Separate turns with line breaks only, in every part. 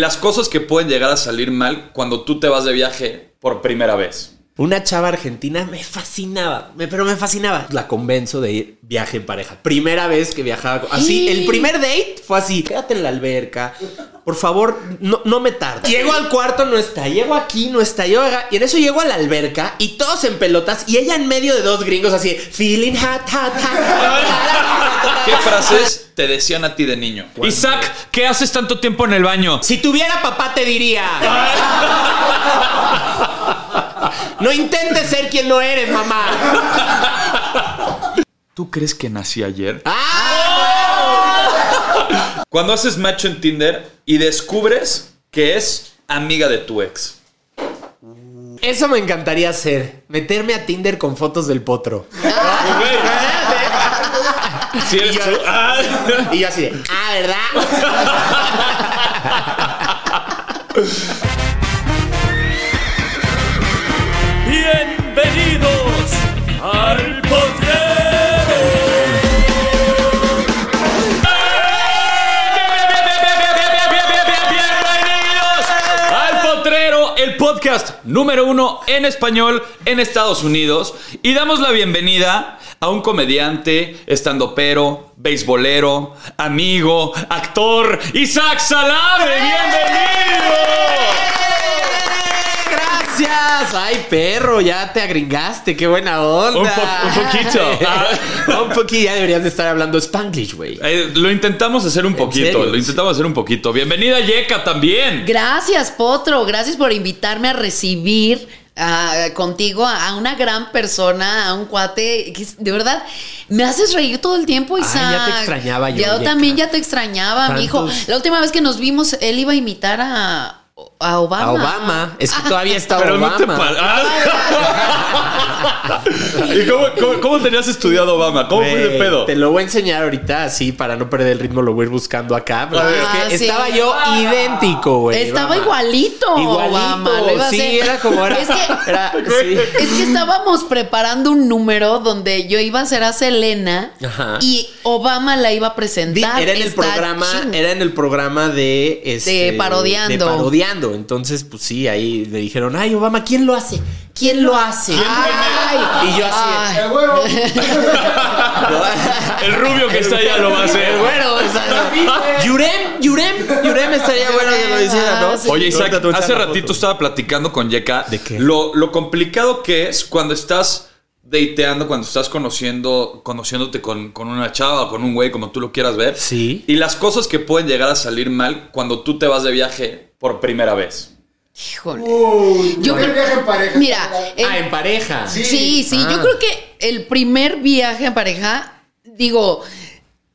Las cosas que pueden llegar a salir mal cuando tú te vas de viaje por primera vez.
Una chava argentina me fascinaba, me- pero me fascinaba. La convenzo de ir viaje en pareja. Primera vez que viajaba. con- Así, el primer date fue así. Quédate en la alberca. Por favor, no, no me tardes. Llego al cuarto, no está. Llego aquí, no está. Yo haga- Y en eso llego a la alberca y todos en pelotas y ella en medio de dos gringos así. Feeling hot, hot, hot.
¿Qué frases te decían a ti de niño?
Isaac, ¿qué haces tanto tiempo en el baño?
Si tuviera papá te diría. No intentes ser quien no eres, mamá.
¿Tú crees que nací ayer?
¡Ah!
Cuando haces match en Tinder y descubres que es amiga de tu ex.
Eso me encantaría hacer. Meterme a Tinder con fotos del potro.
Sí, eres
yo-
tú. Ah.
Y yo así de, ah, ¿verdad?
Bienvenidos al potrero.
Bienvenidos al Potrero, el podcast número uno en español en Estados Unidos. Y damos la bienvenida a un comediante, estandopero, beisbolero, amigo, actor, Isaac Salame. ¡Bienvenido!
¡Eh, Gracias. Ay, perro, ya te agringaste. Qué buena onda.
Un po- un poquito. Ah.
un poquito. Ya deberías de estar hablando Spanglish, güey.
Eh, lo intentamos hacer un poquito,
serio?
lo intentamos hacer un poquito. Bienvenida Yeka también.
Gracias, Potro. Gracias por invitarme a recibir ah, contigo a, a una gran persona, a un cuate. que es- de verdad, me haces reír todo el tiempo,
Ay,
Isaac.
ya te extrañaba yo, Yeka.
también ya te extrañaba, mi hijo.
Tantos-
La última vez que nos vimos, él iba a imitar a, a Obama.
A Obama. Es que todavía está
Pero
Obama.
no te pa- Ah. ¿Y cómo, cómo- cómo tenías estudiado Obama? ¿Cómo fue de
Güey,
pedo?
Te lo voy a enseñar ahorita, así, para no perder el ritmo, lo voy a ir buscando acá. pero
Ah,
es que
sí. Ah.
Estaba yo idéntico, güey.
Estaba
Obama.
igualito.
Igualito.
Obama, lo iba a
sí,
hacer.
era como era.
Es que-
era- sí.
Es que estábamos preparando un número donde yo iba a ser a Selena
Ajá.
y Obama la iba a
Di-
presentar.
Era en el
Está
programa,
ching-
era en el programa de, este,
De Parodiando.
de parodiando. Entonces, pues sí, ahí le dijeron, ay, Obama, ¿quién lo hace? ¿Quién lo hace? Ay. Y yo así.
Ay.
El rubio que está allá lo va a hacer.
Bueno, o sea, Yurem, Yurem, Yurem estaría bueno que lo hiciera,
Ah,
¿no?
sí.
Oye, Isaac,
Ahorita te voy a
hace
echar la
ratito
foto.
estaba platicando con Yeka
¿De qué?
Lo, lo complicado que es cuando estás dateando, cuando estás conociendo, conociéndote con, con una chava o con un güey, como tú lo quieras ver.
Sí.
Y las cosas que pueden llegar a salir mal cuando tú te vas de viaje por primera vez.
Híjole. yo creo- Mira, el-
Ah, en pareja.
sí, sí,
Ah.
yo creo que el primer viaje en pareja, digo,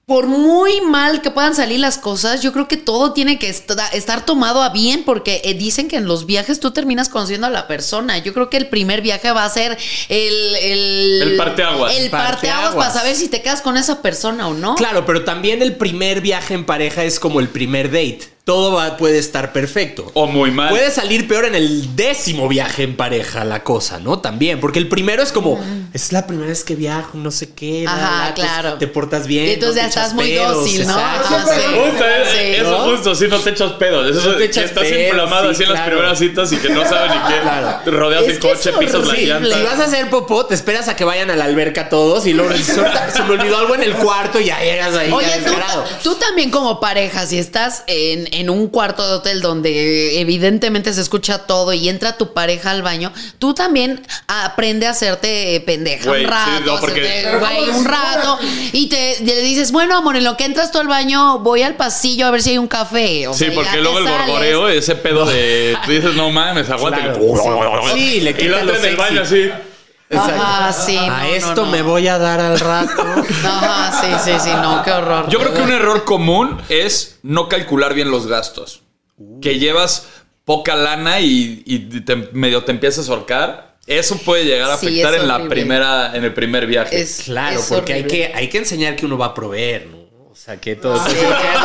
por muy mal que puedan salir las cosas, yo creo que todo tiene que est- estar tomado a bien porque eh, dicen que en los viajes tú terminas conociendo a la persona. Yo creo que el primer viaje va a ser el... El,
El parteaguas.
El parteaguas
Parteaguas.
para saber si te quedas con esa persona o no.
Claro, pero también el primer viaje en pareja es como el primer date. Todo va- puede estar perfecto.
O muy mal.
Puede salir peor en el décimo viaje en pareja la cosa, ¿no? También, porque el primero es como, es la primera vez que viajo, no sé qué. la,
Ajá,
la, pues,
claro.
Te portas bien.
Y entonces
no
ya
te echas
estás muy
pedos,
dócil, ¿no?
exacto.
Ajá, sí.
Puta, es-
Sí.
eh, eso
¿No?
justo, si no te echas pedos. Eso
No te
es-
echas
que estás
pedos,
inflamado
sí,
así en las
claro.
primeras citas y que no sabes ni qué.
Claro.
Rodeas
Es
el
que es
coche, pisas la
horrible.
llanta.
Si vas a hacer popó, te esperas a que vayan a la alberca todos y luego dices, "Ahorita se me olvidó algo en el cuarto y ya llegas ahí. ya
Oye, tú,
desesperado".
tú también como pareja, si estás en, en un cuarto de hotel donde evidentemente se escucha todo y entra tu pareja al baño, tú también aprende a hacerte eh, pendeja
Güey, sí,
un rato,
no, porque-
hacerte, güey, un rato y te, y le dices, bueno, amor, en lo que entras tú al baño, voy al pasillo a ver si hay un café. O
Sí,
sea, ya
porque
te
luego el
sales.
gorgoreo, ese pedo de. Tú dices, no mames, aguanta.
Claro.
que-
Sí, le
Y
quita
lo entra en
lo
el
sexy.
baño así.
Exacto.
Ajá, sí. no,
a
no,
esto
no.
me voy a dar al rato.
Ajá, sí, sí, sí, no, qué horror.
Yo creo que un error común es no calcular bien los gastos.
Uh.
Que llevas poca lana y, y te- medio te empiezas a ahorcar. Eso puede llegar a
Sí,
afectar
es
en la
horrible.
primera, en el primer viaje.
Es-
Claro,
es
porque hay
horrible.
que, hay que enseñar que uno va a proveer, ¿no? O sea, que todo.
Sí, claro.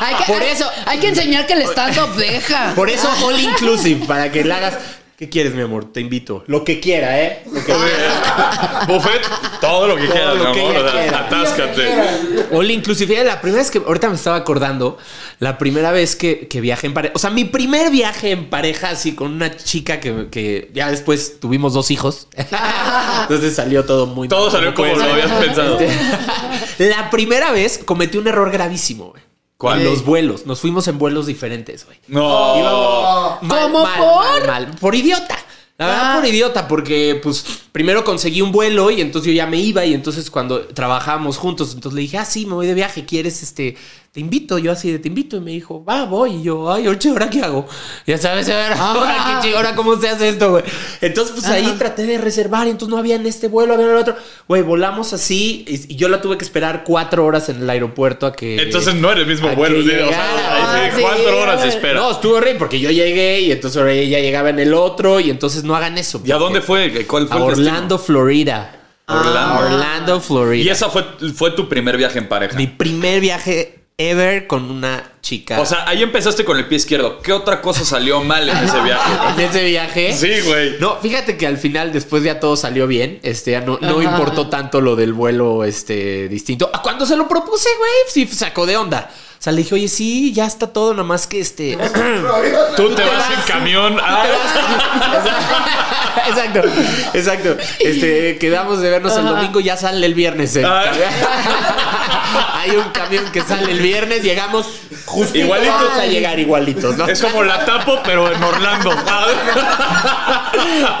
Hay que,
Por
por
eso-
eso, hay que enseñar que el stand-up deja.
Por eso, all inclusive, para que le hagas. ¿Qué quieres, mi amor? Te invito. Lo que quiera, ¿eh? Lo que
Buffet, todo lo que
Todo
quieras,
lo
mi
que
amor.
ella
o sea,
quiera.
Atáscate.
All inclusive, Era la primera vez que, ahorita me estaba acordando, la primera vez que, que viajé en pareja, o sea, mi primer viaje en pareja así con una chica que, que ya después tuvimos dos hijos. Entonces salió todo muy...
Todo salió como lo habías pensado.
Este, La primera vez cometí un error gravísimo, güey.
¿Cuál?
En los vuelos. Nos fuimos en vuelos diferentes, güey.
No.
Mal,
¿Cómo
mal,
por?
mal, mal. Por idiota. La verdad,
Ah.
por idiota, porque pues primero conseguí un vuelo y entonces yo ya me iba y entonces cuando trabajábamos juntos, entonces le dije, ah, sí, me voy de viaje, ¿quieres este? Te invito, yo así de te invito y me dijo, va, voy, y yo, ay, oye, ¿ahora qué hago? Ya sabes, a ver,
Ah.
ahora, qué chido, ahora cómo se hace esto, güey. Entonces pues ahí traté de reservar y entonces no había en este vuelo, había en el otro. Güey, volamos así y, y yo la tuve que esperar cuatro horas en el aeropuerto a que...
Entonces no era el mismo
a
vuelo.
que
sí, o sea,
llegara.
ahí sí,
Ah, sí,
cuatro horas de espera.
No, estuvo horrible porque yo llegué y entonces ahora ella llegaba en el otro y entonces no hagan eso.
¿Y a
porque-
dónde fue? ¿Cuál fue
A
el destino? Ah.
Orlando, Florida.
Orlando.
Orlando,
Y
Florida.
esa fue, fue tu primer viaje en pareja.
Mi primer viaje ever con una chica.
O sea, ahí empezaste con el pie izquierdo. ¿Qué otra cosa salió mal en ese viaje?
en ese viaje.
Sí, güey.
No, fíjate que al final, después ya todo salió bien. Este, ya no, no importó tanto lo del vuelo este, distinto. Ah, Cuando se lo propuse, güey, sí sacó de onda. O sea, le dije, oye, sí, ya está todo, nada más que este.
Tú te vas en camión. Ah,
Exacto, exacto. Este, quedamos de vernos el domingo, ya sale el viernes. eh.
Ah.
Hay un camión que sale el viernes, llegamos justo
Igualitos.
vamos a llegar igualitos, ¿no?
Es como la tapo, pero en Orlando. Ah.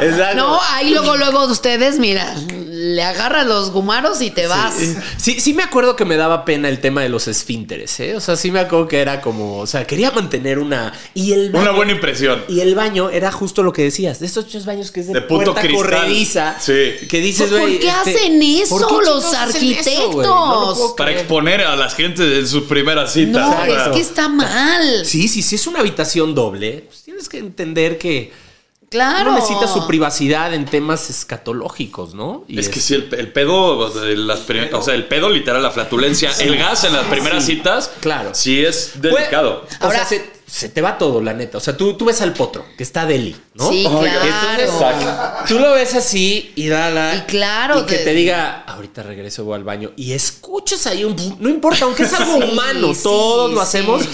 Exacto.
No, ahí luego, luego de ustedes, mira, le agarras los gumaros y te vas.
Sí, sí me acuerdo que me daba pena el tema de los esfínteres, ¿eh? O sea, sí me acuerdo que era como, o sea, quería mantener una y el
Una
baño-
buena impresión.
y el baño era justo lo que decías, de estos chos baños que es de,
De puto
puerta
cristal.
corrediza,
Sí.
que dices,
Pues, ¿por
güey, este,
qué hacen eso
¿por qué
los
chingados hacen eso, güey? No lo puedo
arquitectos?
Para
creer.
exponer a las gentes en sus primeras citas.
No,
O sea,
es que está mal.
Sí, sí, sí es una habitación doble. pues tienes que entender que
Claro.
uno necesita su privacidad en temas escatológicos, ¿no? Y
Es que sí, el, el pedo, o sea, las prim- o sea, el pedo literal, la flatulencia, el gas en las primeras citas,
claro.
sí es
Fue-
delicado.
o
Ahora-
sea, se, se te va todo, la neta. O sea, tú, tú ves al potro, que está deli, ¿no?
Sí,
Oiga,
claro.
Tú lo ves así y dala.
Y claro,
Y que
te-
te diga, ahorita regreso, voy al baño. Y escuchas ahí un. bu- No importa, aunque es algo
Sí,
humano,
sí,
todos lo
sí.
hacemos.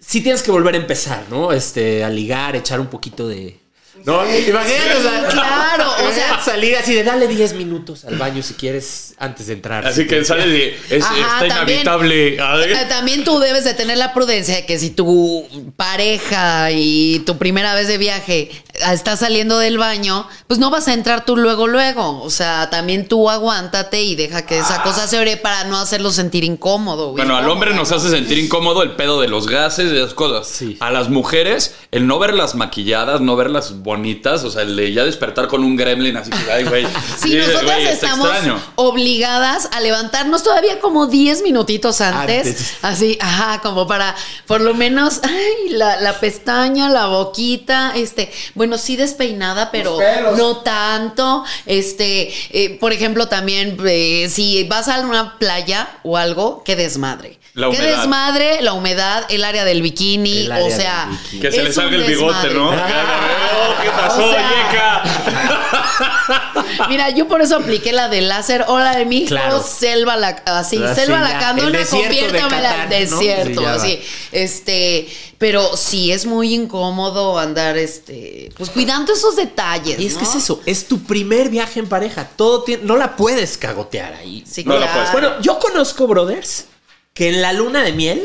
Sí tienes que volver a empezar, ¿no? Este, a ligar, echar un poquito de. No, imagínate, o sea,
Claro, o sea-
salir así de dale 10 minutos al baño si quieres antes de entrar.
Así
Si
que
quieres.
sale de, es-
Ajá,
está
también.
inhabitable. Ah,
Eh, También tú debes de tener la prudencia de que si tu pareja y tu primera vez de viaje ah, está saliendo del baño, pues no vas a entrar tú luego, luego. O sea, también tú aguántate y deja que
Ah.
esa cosa se ore para no hacerlo sentir incómodo. güey.
Bueno, al hombre nos hace sentir incómodo el pedo de los gases y de esas cosas.
Sí.
A las mujeres, el no verlas maquilladas, no verlas bonitas, o sea, el de ya despertar con un gremlin así que, ay, güey.
Si
sí,
nosotras
güey, está
estamos
extraño.
obligadas a levantarnos todavía como 10 minutitos
Ah,
antes,
Antes.
así, ajá, como para por lo menos, ay, la, la pestaña, la boquita, este, bueno, sí despeinada, pero no tanto, este, eh, por ejemplo, también eh, si vas a una playa o algo, que desmadre.
La
que
humedad.
desmadre, la humedad, el área del bikini,
El área
o sea,
del bikini.
Que se
es
le salga
un
el bigote,
desmadre.
¿no? Que haga, "Oh, ¿Qué pasó,
O sea,
yeca?
Mira, yo por eso apliqué la de láser. Hola, mi hijo,
Claro.
selva la así,
Ah, sí,
selva
ya.
la
El
candona,
desierto de
conviértamela al
Catán, ¿no?
desierto,
Sí, ya va.
así. Este, pero sí es muy incómodo andar este, pues cuidando esos detalles,
Y es que
¿no?
es eso, es tu primer viaje en pareja. Todo tiene- no la puedes cagotear ahí.
Sí,
No la
claro.
puedes.
Pues, Bueno, yo conozco brothers que en la luna de miel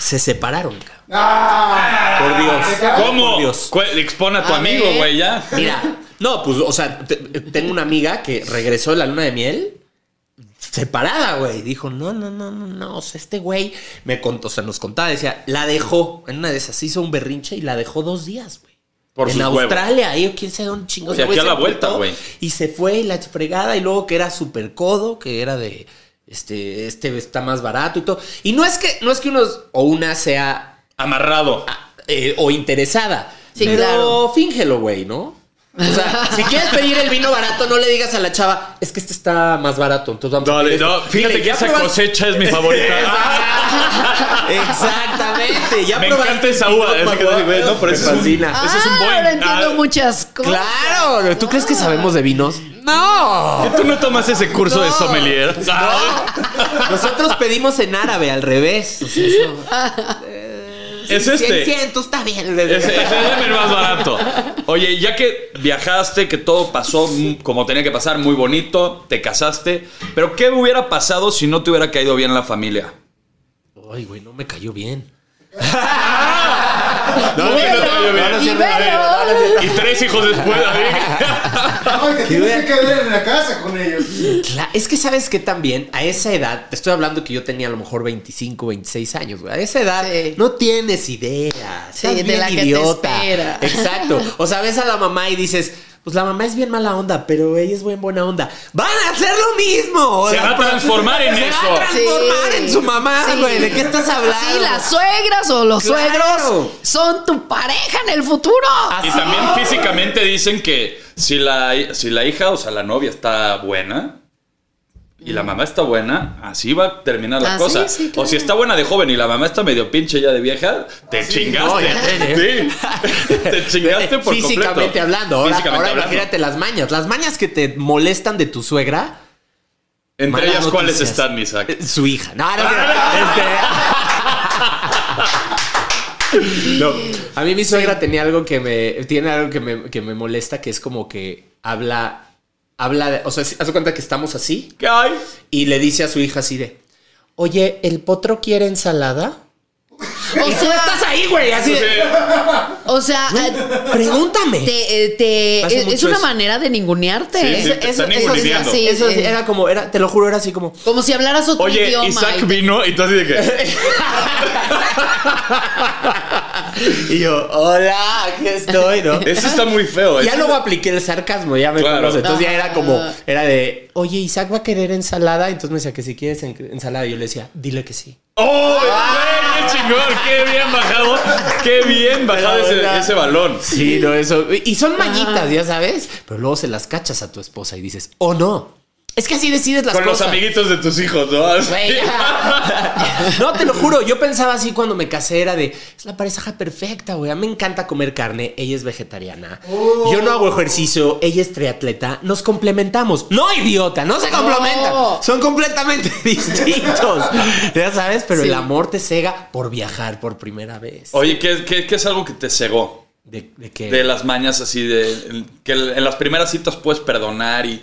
se separaron. cabrón. Por Dios.
¿Cómo?
Por Dios.
Cu- Expone a tu
A
amigo,
ver.
güey, ya.
Mira, no, pues, o sea, te- tengo una amiga que regresó de la luna de miel separada, güey. Dijo, no, no, no, no, no. O sea, este güey me contó, o sea, nos contaba, decía, la dejó. En una de esas hizo un berrinche y la dejó dos días, güey.
Por
en
sus huevos.
Australia, ahí quién sabe dónde chingos.
O sea,
güey,
aquí a
se
la vuelta,
emputó
güey.
Y se fue y la fregada, y luego que era super codo, que era de este, este está más barato y todo. Y no es que, no es que uno o una sea
Amarrado.
eh, o interesada.
Sí,
pero
claro.
fíngelo, güey, ¿no? O sea, si quieres pedir el vino barato, no le digas a la chava, es que este está más barato, entonces vamos a
Dale,
pedir
no,
este".
fíjate
Dile,
que
"¿Ya
esa
probaste?".
cosecha es mi favorita. Ah,
Exactamente, ya
Me
probaste
encanta esa
el vino
uva. Es que, güey, no, pero
Me
eso es un-
fascina.
Eso es un
Ah,
buen-
Ahora entiendo
ah.
muchas cosas.
Claro, ¿tú crees que sabemos de vinos? No.
¿Tú no tomas ese curso de
No.
sommelier? Ah,
Nosotros pedimos en árabe, al revés. O sea, eso-
es
Sí,
este.
sí, entonces está bien.
Ese, ese es este. el más barato. Oye, ya que viajaste, que todo pasó mm, como tenía que pasar, muy bonito, te casaste, pero ¿qué hubiera pasado si no te hubiera caído bien la familia?
Ay, güey, no me cayó bien.
No, no,
Velo, y velo.
Y tres hijos después. ¿eh?
No, te
Qué
tienes
ver-
que quedar en la casa con ellos.
Cla- es que sabes que también a esa edad, te estoy hablando que yo tenía a lo mejor 25, 26 años, güey. A esa edad
Sí.
no tienes idea.
Sí,
Estás
de
bien
la que te
idiota.
espera.
Exacto. O sea, ves a la mamá y dices, pues la mamá es bien mala onda, pero ella es bien buena onda. Van a hacer lo mismo. O
Se
sea,
va a transformar en
se
eso.
va a transformar en su mamá,
Sí.
güey. ¿De qué estás hablando?
Sí, las suegras o los
Claro.
suegros son tu pareja en el futuro.
Y también físicamente dicen que si la, si la hija, o sea, la novia está buena y la mamá está buena, así va a terminar la
Ah, sí,
cosa.
sí, claro.
O si está buena de joven y la mamá está medio pinche ya de vieja, te
No,
chingaste.
ya sé.
Sí. te chingaste por
Físicamente
completo.
hablando. Ahora,
Físicamente
ahora
hablando.
imagínate las mañas. Las mañas que te molestan de tu suegra.
Entre
Malas
ellas, ¿cuáles
noticias.
están, Isaac?
Eh, Su hija. No, no, no, este- No. A mí mi suegra tenía algo que me. Tiene algo que me, que me molesta, que es como que habla. Habla de. O sea, si- haz de cuenta que estamos así.
¿Qué hay?
Y le dice a su hija así de. Oye, ¿el potro quiere ensalada?
O sea,
ahí, güey. Así de.
o sea, eh,
Pregúntame.
te- eh, te-
Hace
es, es
mucho
una
eso.
manera de ningunearte.
Sí,
Eso-
sí, te
eso-
están
eso-
ninguneando.
sí,
Eso
sí.
era como, era, te lo juro, era así como.
Como si hablaras otro
Oye,
idioma.
Isaac
y-
vino y tú así de que.
Y yo, hola, aquí estoy, ¿no?
Eso está muy feo.
Ya
eso-
luego apliqué el sarcasmo, ya me
Claro.
conoce. Entonces ya era como,
Ah.
era de, oye, Isaac va a querer ensalada. Entonces me decía que si quieres en- ensalada. Y yo le decía, dile que sí.
¡Oh, güey! ¡Qué chingón! ¡Qué bien bajado! ¡Qué bien bajado
Pero,
ese,
¿verdad?
ese balón!
Sí, no, eso. Y son mañitas, ya sabes. Pero luego se las cachas a tu esposa y dices, oh no. Es que así decides las
Con los
cosas.
amiguitos de tus hijos, ¿no? Así.
Güey, ya. No, te lo juro, yo pensaba así cuando me casé, era de, es la pareja perfecta, güey. A mí me encanta comer carne, ella es vegetariana. Yo no hago ejercicio, ella es triatleta, nos complementamos. No, idiota, no se complementan.
No.
Son completamente distintos. ya sabes, pero
Sí.
el amor te cega por viajar por primera vez.
Oye, ¿qué, qué, qué es algo que te cegó?
¿De, de qué?
Eh.
De las mañas así de... Que en las primeras citas puedes perdonar y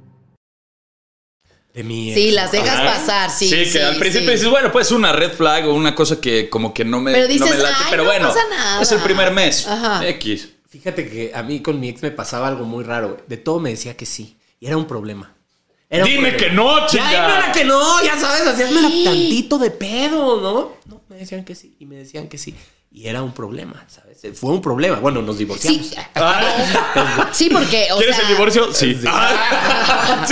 De mi ex.
Sí, las dejas pasar, sí.
Sí, que al principio
sí.
dices, bueno, pues una red flag o una cosa que como que no me,
Pero dices,
no me late.
"Ay,
pero
no
bueno,
pasa nada".
es el primer mes.
Ajá.
X.
Fíjate que a mí con mi ex me pasaba algo muy raro. güey. De todo me decía que sí. Y era un problema. Era un
Dime
problema.
que no,
Ya,
chica.
dímela que no, ya sabes, hacíasmela tantito de pedo, ¿no? No, me decían que sí, y me decían que sí. Y era un problema, ¿sabes? Fue un problema. Bueno, nos divorciamos.
Sí, ah, sí, porque, o
Ah, ¿Quieres
sea,
el divorcio? Sí. Ah.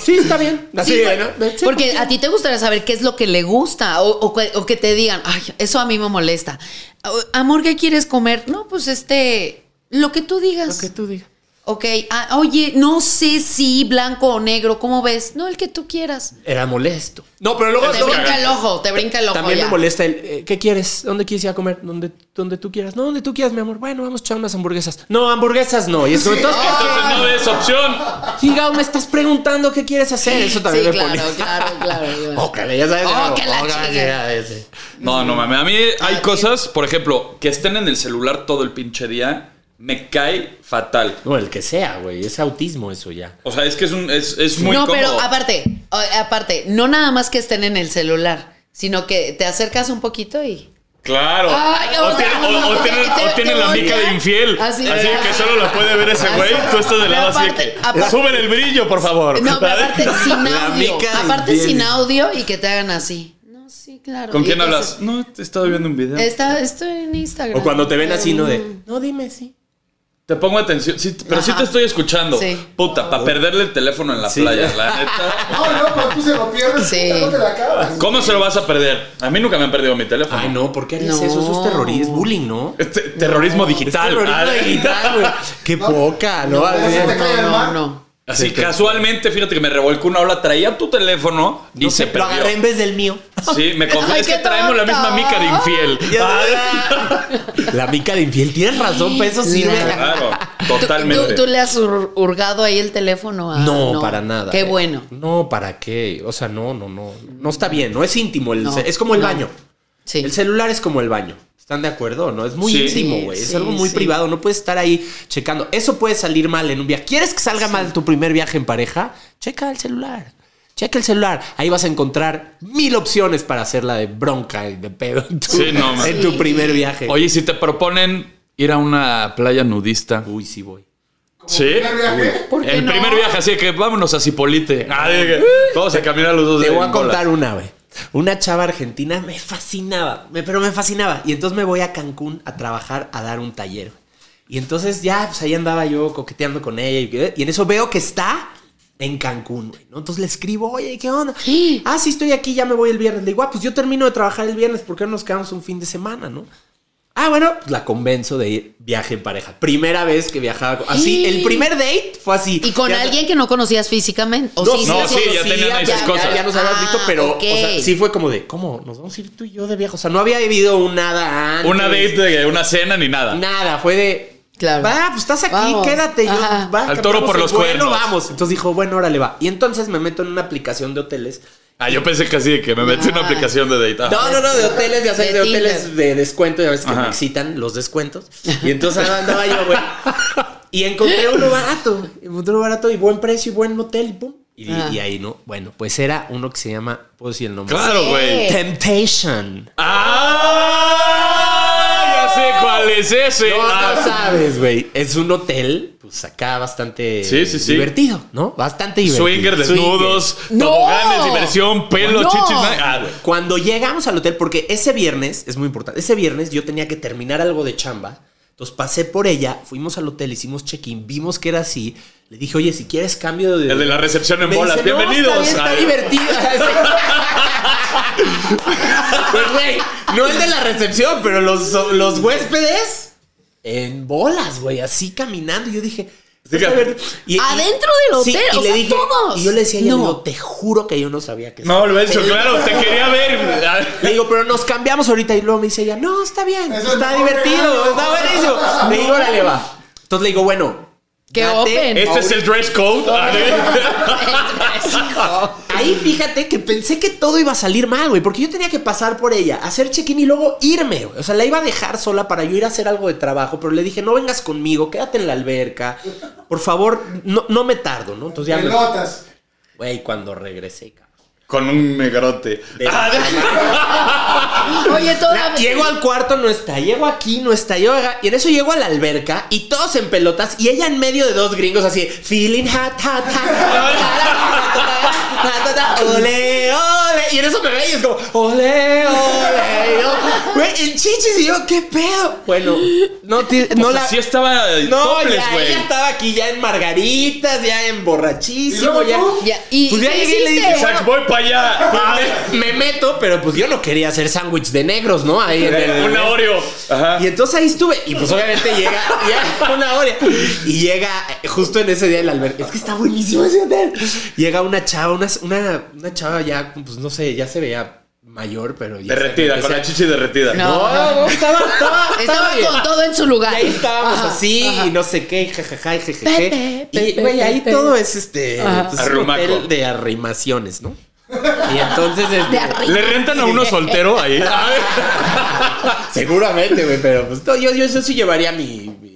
Sí, está bien. Así,
Sí,
bueno. sí,
Porque a ti te gustaría saber qué es lo que le gusta o, o que- o que te digan, ay, eso a mí me molesta. O, Amor, ¿qué quieres comer? No, pues este, lo que tú digas.
Lo que tú digas.
Ok, ah, oye, no sé si blanco o negro, ¿cómo ves? No, el que tú quieras.
Era molesto. No, pero luego...
Te
luego-
brinca el ojo, te brinca el ojo.
También
ya.
me molesta el, eh, ¿qué quieres? ¿Dónde quieres ir a comer? ¿Dónde, donde tú quieras. No, donde tú quieras, mi amor. Bueno, vamos a echar unas hamburguesas. No, hamburguesas no. Y es como, entonces,
Entonces no es opción.
chingado, me estás preguntando qué quieres hacer. Eso también
Sí,
me
claro,
pone-
claro, claro, claro.
Ócale, ya sabes.
Oh,
¿no?
que la
Ócale,
chingue.
ya ves.
No, no mames. A mí hay cosas, por ejemplo, que estén en el celular todo el pinche día, me cae fatal.
No, el que sea, güey. Es autismo eso ya.
O sea, es que es, un, es, es muy
no,
cómodo.
pero aparte, o- aparte, no nada más que estén en el celular, sino que te acercas un poquito y.
Claro.
Ay,
o
o sea,
tienen
no,
o,
te-
tienen-
te-
o tienen
te
la mica de
voltean.
infiel. Así,
Así,
que
ajá.
solo la puede ver ese
Así.
güey. Tú estás de
Pero
lado así de
aparte-
que.
aparte-
Suben el brillo, por favor.
No, pero aparte sin
La
audio.
mica de
Aparte
infiel.
sin audio y que te hagan así. No, sí, claro.
¿Con
Y
quién
entonces,
hablas? No, te estaba viendo un video.
Está, estoy en Instagram.
O cuando te ven así, ¿no? De, no, dime, sí.
Te pongo atención. Sí, pero sí
Ajá.
te estoy escuchando.
Sí.
Puta, para perderle el teléfono en la
Sí.
playa, la neta.
No, Ah, no, pero tú se lo pierdes.
Sí.
Sí. No te la acabas.
¿Cómo se lo vas a perder? A mí nunca me han perdido mi teléfono.
Ay, no, ¿por qué harías
No.
eso? Eso es terrorismo, es bullying, ¿no?
Este, terrorismo
Es
digital.
terrorismo
Ah,
digital, güey. Qué poca, ¿no?
pero
Así-
eso te cae
No,
al
no,
mar.
no.
Así casualmente, fíjate que me revolcó una ola, traía tu teléfono y
No
se
sé, lo
perdió.
agarré en vez del mío.
Sí, me confundí.
Ay,
Es que
qué
traemos la
tonto.
misma mica de infiel. Ah,
La mica de infiel. Tienes razón, para eso sirve.
claro,
¿Tú,
totalmente.
tú- tú le has hur- hurgado ahí el teléfono a.
No, para nada.
Ah, Qué
eh.
bueno.
No, ¿para qué? O sea, no, no, no. No está bien, no es íntimo. el
No,
ce- es como el
no.
baño.
Sí.
El celular es como el baño. ¿Están de acuerdo? No, es muy
Sí.
íntimo, güey. es
Sí,
algo muy
sí.
privado. No puedes estar ahí checando. Eso puede salir mal en un viaje. ¿Quieres que salga mal tu primer viaje en pareja? Checa el celular. Checa el celular. Ahí vas a encontrar mil opciones para hacerla de bronca y de pedo en tu,
Sí, no, man.
en tu primer viaje.
Oye, si te proponen ir a una playa nudista.
Uy, sí voy.
Sí.
Primer viaje.
¿Por qué
El
no?
primer viaje, así que vámonos a Cipolite. Ah, de que vamos a caminar los dos.
Te
de
voy a
en bola.
contar una, güey. Una chava argentina me fascinaba, me- pero me fascinaba. Y entonces me voy a Cancún a trabajar, a dar un taller. Y entonces ya, pues ahí andaba yo coqueteando con ella. Y, y en eso veo que está en Cancún, güey. ¿no? Entonces le escribo, oye, ¿qué onda?
Sí.
Ah, sí, estoy aquí, ya me voy el viernes. Le digo, ah, pues yo termino de trabajar el viernes, ¿por qué no nos quedamos un fin de semana, no? Ah, bueno, pues la convenzo de ir viaje en pareja. Primera vez que viajaba. con- Así,
Sí.
el primer date fue así.
Y con
Ya-
alguien que no conocías físicamente. O
no,
sí,
sí,
no,
la
las
sí, ya
conocía,
tenían ahí
ya,
sus cosas.
Ya, ya nos habías
Ah,
visto, pero
ok.
o sea, sí fue como de, ¿cómo? ¿Nos vamos a ir tú y yo de viaje? O sea, no había habido un nada antes.
Una date de una cena ni nada.
Nada, fue de.
Claro.
Va, pues estás aquí,
Vamos.
quédate. Yo,
Ajá.
va,
Al toro
captamos
por
el
los
vuelo,
cuernos.
vamos. Entonces dijo, bueno, órale, va. Y entonces me meto en una aplicación de hoteles.
Ah, yo pensé que así, que me metí en una
Ah.
aplicación de date. Ah.
No, no, no, de hoteles, ya sabes,
De
de, hoteles
Tinder.
de descuento, ya ves que
Ajá.
me excitan los descuentos. Y entonces ahí andaba yo, güey. Y encontré uno barato, encontré uno barato y buen precio y buen hotel, y pum. Y,
Ah.
y ahí no, bueno, pues era uno que se llama, ¿puedo decir el nombre?
Claro,
Sí.
güey.
Temptation.
¡Ah! Ya sé cuál es ese.
No,
Ah.
no sabes, güey. Es un hotel, pues acá bastante
Sí, sí, sí.
divertido, ¿no? Bastante divertido.
Swinger, desnudos,
No.
toboganes, diversión, pelo,
No.
chichis. na- Ah, güey.
Cuando llegamos al hotel, porque ese viernes, es muy importante, ese viernes yo tenía que terminar algo de chamba. Entonces pasé por ella, fuimos al hotel, hicimos check-in, vimos que era así. Le dije, oye, si quieres cambio de.
El de la recepción en
Me
bolas.
dice, "No,
Bienvenidos.
Está,
Ah,
bien, está divertido. pues, güey, no el de la recepción, pero los, los huéspedes en bolas, güey, así caminando. Y yo dije, Fuiste a ver- y- y-
Adentro del hotel,
y
o sea, todos.
Y yo le decía a ella,
No.
"No, te juro que yo no sabía que
No, lo he hecho, claro, te quería ver. Ah,
Le digo, pero nos cambiamos ahorita. Y luego me dice ella, no, está bien,
Es el
está
mejor
divertido,
regalo.
está buenísimo. Le digo, órale, va. Entonces le digo, bueno.
Que
date.
open.
Este es el dress code. Ah, A ver.
Ahí fíjate que pensé que todo iba a salir mal, güey, porque yo tenía que pasar por ella, hacer check-in y luego irme, güey. O sea, la iba a dejar sola para yo ir a hacer algo de trabajo, pero le dije, no vengas conmigo, quédate en la alberca. Por favor, no, no me tardo, ¿no? Entonces Pues ya me...
Pelotas.
Güey, cuando regresé, cabrón.
Con un negrote.
Ah,
Oye,
La-
todavía.
llego al cuarto, no está. Llego aquí, no está. Yo, y en eso llego a la alberca y todos en pelotas y ella en medio de dos gringos así, feeling hot, hot, hot. Ole, ole. Y en eso me ve y es como, ole, ole. Y yo, Güey, en chichis y yo, ¿qué pedo? Bueno, no, ti-
Pues
no
O sea,
la.
sí estaba
no,
topless,
ya,
güey.
ella estaba aquí ya en margaritas, ya en borrachísimo,
¿Y luego
ya.
tú?
Ya, y
Pues ya
¿qué
llegué y le dije,
hiciste?
Isaac, voy para
Ah.
allá. Ah,
Me, me meto, pero pues yo no quería hacer sándwich de negros, ¿no? Ahí en el.
Una Oreo.
Y entonces ahí estuve. Y pues obviamente llega, llega una hora. Y llega eh, justo en ese día el albergue. Es que está buenísimo ese hotel. Llega una chava, una, una, una chava ya, pues no sé, ya se veía mayor, pero ya.
Derretida, con la chichi derretida.
No.
No, no, estaba, estaba,
Estaba
bien.
con todo en su lugar.
Y ahí estábamos
Ajá,
así
ajá.
y no sé qué, y jajaja, y jejeje.
Pepe,
y
Pepe,
güey, ahí
Pepe.
todo es este
Ajá.
pues, es un
Arrumaco.
hotel de arrimaciones, ¿no? Y entonces este,
De arriba.
¿Le rentan a uno soltero ahí? Ah,
seguramente, güey, pero pues no, yo, yo, yo sí llevaría mi- mi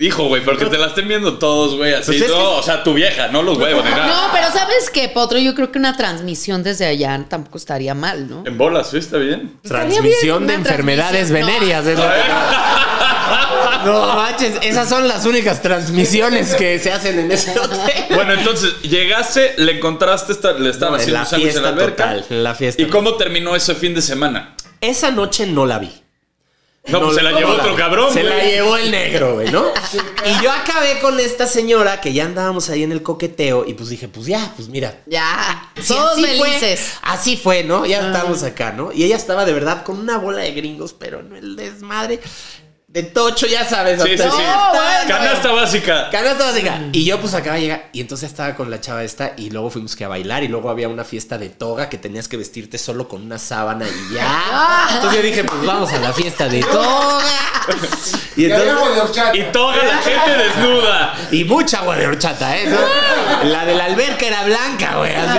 Hijo, güey, porque te la estén viendo todos, güey, así.
Pues es
no,
que-
o sea, tu vieja, no los huevos ni nada.
No, pero ¿sabes qué, Potro? Yo creo que una transmisión desde allá tampoco estaría mal, ¿no?
En bolas, ¿sí? Está bien.
Estaría
Transmisión
bien
de
una
enfermedades
transmisión.
venéreas. es lo que- No manches, esas son las únicas transmisiones que se hacen en ese hotel.
Bueno, entonces, llegaste, le encontraste, esta- le estaban
No, en
haciendo
la
un sándwich en la
fiesta
alberca.
total, en la fiesta.
¿Y cómo terminó ese fin de semana?
Esa noche no la vi.
No, pues se la llevó otro cabrón,
Se
güey.
la llevó el negro, güey, ¿no? Y yo acabé con esta señora que ya andábamos ahí en el coqueteo y pues dije, pues ya, pues mira,
Ya.
Sí,
Todos
así fue.
felices. Ah.
así fue, ¿no? Ya estábamos acá, ¿no? Y ella estaba de verdad con una bola de gringos, pero en el desmadre de tocho, ya sabes.
Sí, sí,
hasta-
sí.
No, bueno,
Canasta básica.
Canasta básica. Y yo pues acaba de llegar. Y entonces estaba con la chava esta y luego fuimos que a bailar y luego había una fiesta de toga que tenías que vestirte solo con una sábana y ya.
Ah.
Entonces yo dije, pues vamos a la fiesta de toga. Y
Y había
entonces...
agua de horchata.
Y toda la gente desnuda.
Y mucha agua de horchata, ¿eh? ¿No? La de la alberca era blanca, güey. así.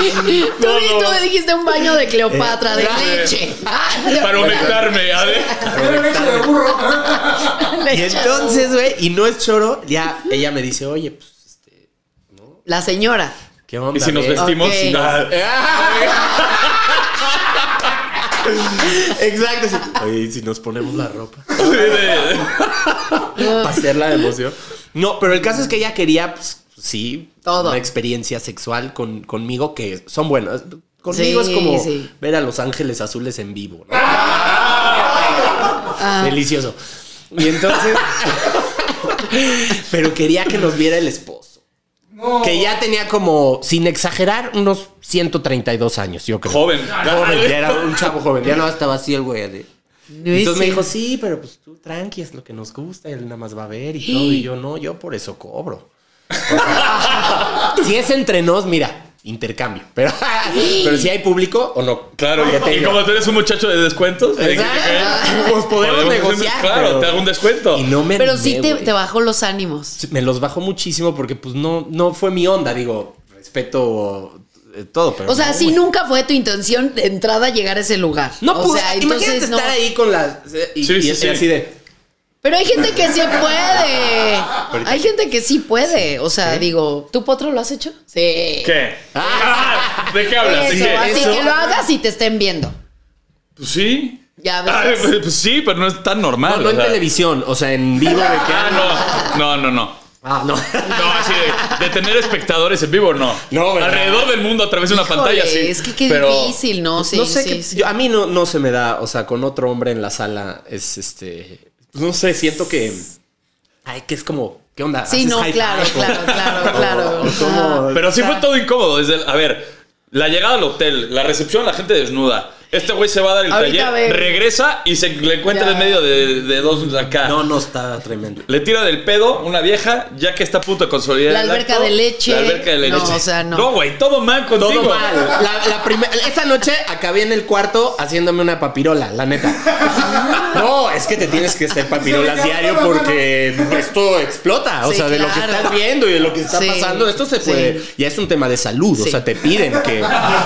Tú,
No, no.
tú dijiste un baño de Cleopatra,
Eh,
de leche. Ah,
Para humectarme, a ver.
Era leche de burro.
Y entonces, güey, y no es choro, ya ella me dice, oye, pues,
La señora.
¿qué onda?
Y si nos
güey?
vestimos.
Ok.
Ah,
Exacto. sí. Oye, ¿y si nos ponemos la ropa.
sí, de-
Para hacer la emoción. No, pero el caso es que ella quería, pues, sí,
Todo.
una experiencia sexual con, conmigo que son buenas. Conmigo
Sí,
es como
sí.
ver a Los Ángeles Azules en vivo. ¿no? Ah. Delicioso. Y entonces. pero quería que nos viera el esposo.
No.
Que ya tenía como, sin exagerar, unos 132 años, yo creo.
Joven.
Joven, ya era un chavo joven. Ya no estaba así el güey. de- Entonces me dijo, sí, pero pues tú tranqui, es lo que nos gusta, él nada más va a ver y todo. Y yo, no, yo por eso cobro. si es entre nos, mira, intercambio. Pero, pero si hay público o no.
Claro,
Ya te
y, y
digo.
como tú eres un muchacho de descuentos, de-
Exacto. Pues podemos negociar,
Claro,
pero-
te hago un descuento.
Y no me
Pero
animé,
sí te,
güey.
te bajó los ánimos.
Me los bajó muchísimo porque pues no, no fue mi onda, digo, respeto eh, todo, pero.
O sea,
no,
sí
güey.
nunca fue tu intención de entrada a llegar a ese lugar.
No
O
pude.
sea,
Imagínate
entonces no.
estar ahí con las. eh, Y,
Sí,
y-
sí,
y
sí.
así de.
Pero hay gente que sí puede. Hay gente que sí puede. O sea, digo, ¿tú Potro lo has hecho? Sí.
¿Qué? Ah, ¿De qué hablas? ¿De
Eso,
qué?
así
Eso.
que lo hagas y te estén viendo.
Pues sí.
Ya ves.
Ay, pues, pues sí, pero no es tan normal.
No, no
o
en
sea.
televisión, o sea, en vivo de que.
Ah, no. No, no, no.
Ah, no.
No, así de, de tener espectadores en vivo, no.
No, ¿verdad?
Alrededor del mundo a través de una
Híjole,
pantalla, sí.
Es que qué
pero
difícil, ¿no? Sí,
no sé
sí,
qué-
sí.
yo- a mí no, no se me da, o sea, con otro hombre en la sala es este. No sé, siento que. Ay, que es como. ¿Qué onda?
Sí,
¿Haces
no,
high
claro,
five?
claro, claro,
O-
claro.
o como-
Pero sí fue todo incómodo. Desde el- a ver, la llegada al hotel, la recepción, la gente desnuda. Este güey se va a dar el
Ahorita
taller,
ve.
regresa y se le encuentra
Ya.
en medio de, de dos acá.
No, no, está tremendo.
Le tira del pedo una vieja, ya que está a punto de consolidar.
La
el
alberca
acto.
de leche.
La alberca de leche.
No, o sea, no.
No, güey, todo mal contigo.
Todo mal. La,
ah.
la primer- esa noche acabé en el cuarto haciéndome una papirola, la neta. No, es que te tienes que hacer papirolas diario porque esto explota. O
Sí,
sea, de lo que
claro.
estás viendo y de lo que está
Sí,
pasando, esto se
sí.
puede. Ya es un tema de salud. O
Sí.
sea, te piden que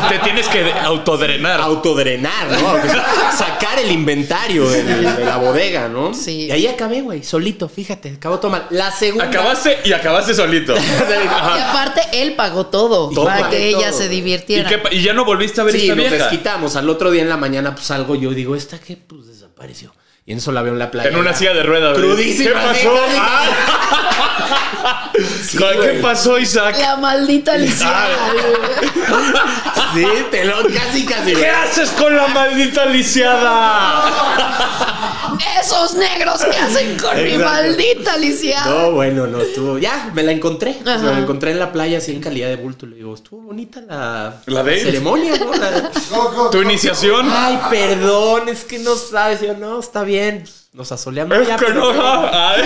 Te tienes que autodrenar.
autodrenar, ¿no? Que Sacar el inventario de, de la bodega, ¿no?
Sí.
Y ahí acabé, güey, solito, fíjate, acabó todo mal. La segunda.
acabaste Ah, y acabaste solito.
Y aparte, él pagó todo
Todo.
para que
Todo.
ella se
¿Y,
divirtiera.
qué pa- y ya no volviste a ver
Sí,
esta
nos
vieja.
desquitamos. Al otro día en la mañana, pues salgo yo y digo, ¿esta qué? Pues desapareció. Y en eso la veo en la playa.
En una silla de ruedas. güey.
Crudísima,
¿Qué pasó?
sí,
Ah. ¿Qué
güey.
pasó, Isaac?
La maldita Alicia.
Sí, telón, casi, casi.
¿Qué haces con la maldita lisiada?
Esos negros que hacen con mi
Exacto.
maldita Alicia.
No, bueno, no estuvo. Ya, me la encontré. Pues, me
Ajá.
la encontré en la playa, así en calidad de bulto. Le digo, estuvo bonita la,
¿La de?
ceremonia, ¿no? La-
¿Tu iniciación?
Ay, perdón, es que no sabes. Y yo, no, está bien. Nos asoleamos
Es
ya.
que no.
pero-
Ay.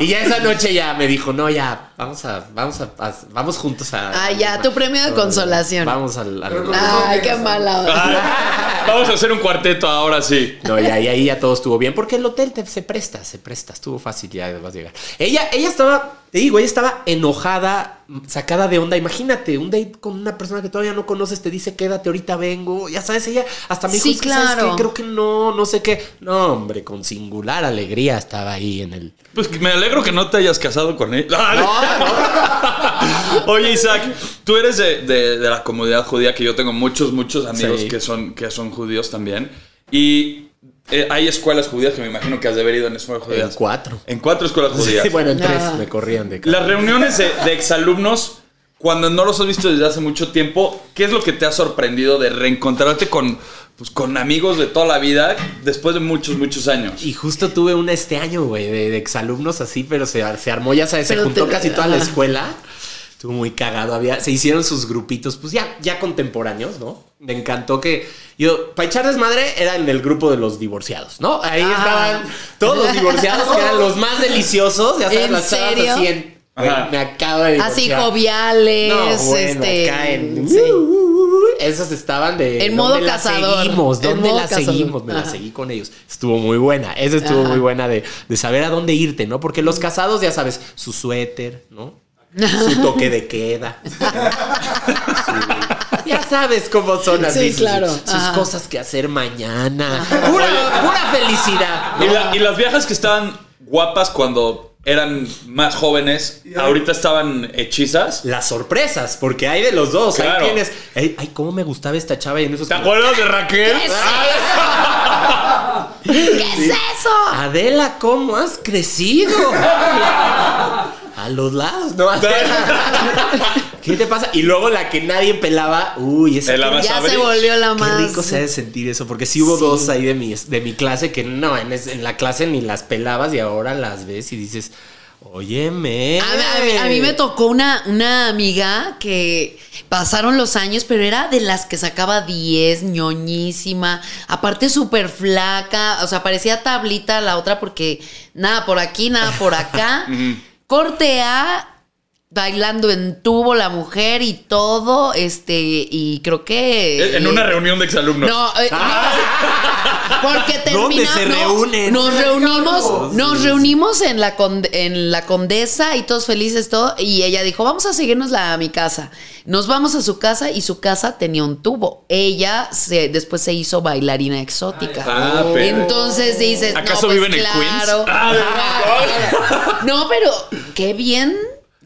Y ya esa noche ya me dijo, no, ya, vamos a, vamos a, a- vamos juntos a.
Ah, ya, tu premio de consolación.
Vamos al. al-
Ay, qué mala. onda.
Ay. Vamos a hacer un cuarteto ahora sí.
No, ya, y ahí ya todo estuvo bien, porque el hotel te- se presta, se presta, estuvo fácil, ya vas a llegar. Ella, ella estaba, te digo, ella estaba enojada, sacada de onda. Imagínate, un date con una persona que todavía no conoces, te dice, quédate, ahorita vengo. Ya sabes, ella hasta me dijo,
Sí,
"Es que, ¿sabes
claro.
qué? creo que no, no sé qué. No, hombre, con singular alegría estaba ahí en el...
Pues que me alegro que no te hayas casado con él. Ay.
Ah,
Oye, Isaac, tú eres de, de- de la comunidad judía, que yo tengo muchos, muchos amigos
Sí.
que, son, que son judíos también. Y eh, hay escuelas judías que me imagino que has de haber ido en escuelas
En
judías.
cuatro.
En cuatro escuelas judías.
Sí, bueno, en
No.
tres me corrían de
Las reuniones de, de exalumnos, cuando no los has visto desde hace mucho tiempo, ¿qué es lo que te ha sorprendido de reencontrarte con, pues, con amigos de toda la vida después de muchos, muchos años?
Y justo tuve una este año, güey, de, de exalumnos así, pero se, ar- se armó, ya sabes, se
Pero
juntó
te-
casi toda la
ajá.
escuela. Estuvo muy cagado, había, se hicieron sus grupitos, pues ya, ya contemporáneos, ¿no? Me encantó que yo, para echar desmadre, era en el grupo de los divorciados, ¿no? Ahí
Ah.
estaban todos los divorciados, que eran los más deliciosos, ya sabes,
¿En
las chavas
serio? Ah,
así en-
Ajá.
güey, Me acaba de divorciar.
Así joviales, este.
caen.
sí.
uh, Esas estaban de.
En modo
¿dónde la
cazador.
Seguimos?
En
¿Dónde
modo
la
cazador.
seguimos? Me la
Ajá.
seguí con ellos. Estuvo muy buena. Esa estuvo
Ajá.
muy buena de, de saber a dónde irte, ¿no? Porque los casados, ya sabes, su suéter, ¿no? Su toque de queda. Su- Ya sabes cómo son así.
Sí,
sus-
claro.
Sus,
Ajá.
cosas que hacer mañana. Pura, pura felicidad.
Y, la- y las viejas que estaban guapas cuando eran más jóvenes, ahorita estaban hechizas.
Las sorpresas, porque hay de los dos.
Claro.
Ahí tienes. Ay, ay, cómo me gustaba esta chava y en esos.
¿Te acuerdas de Raquel?
¿Qué es eso?
Adela, ¿cómo has crecido? A los lados, ¿no? Adela. ¿Qué te pasa? Y luego la que nadie pelaba. Uy, esa
El ama-
Ya
Sabrina.
se volvió la
Qué
más.
rico se ha de sentir eso, porque sí hubo dos ahí de mi, de mi clase que no, en, es- en la clase ni las pelabas y ahora las ves y dices, óyeme.
A, a mí, a mí me tocó una, una amiga que pasaron los años, pero era de las que sacaba 10, ñoñísima, aparte súper flaca, o sea, parecía tablita la otra porque nada por aquí, nada por acá. Corte A, bailando en tubo la mujer y todo, este, y creo que...
En una reunión de exalumnos.
No, eh,
Ah.
no, porque
¿Dónde
terminamos.
se reúnen?
Nos reunimos, nos reunimos en la conde- en la condesa y todos felices todo y ella dijo vamos a seguirnos la- a mi casa. Nos vamos a su casa y su casa tenía un tubo. Ella se, después se hizo bailarina exótica.
Ah, pero-
Entonces dices
¿Acaso
no, pues,
vive en el Queens?
claro.
Ah,
Ajá. no, pero qué bien,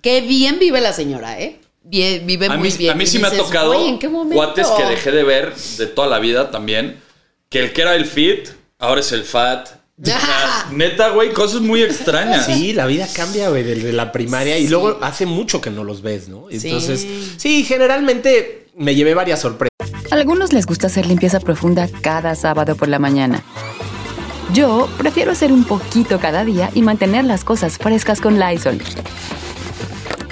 qué bien vive la señora, ¿eh? Bien- vive
a
muy
mí,
bien.
a mí
Y
sí me ha
dices,
tocado
"Oye, ¿en qué momento?"
cuates que dejé de ver de toda la vida también. Que el que era el fit, ahora es el fat. O sea, neta, güey, cosas muy extrañas.
Sí, la vida cambia, güey, desde la primaria y luego hace mucho que no los ves, ¿no? Entonces, sí, generalmente me llevé varias sorpresas.
Algunos les gusta hacer limpieza profunda cada sábado por la mañana. Yo prefiero hacer un poquito cada día y mantener las cosas frescas con Lysol.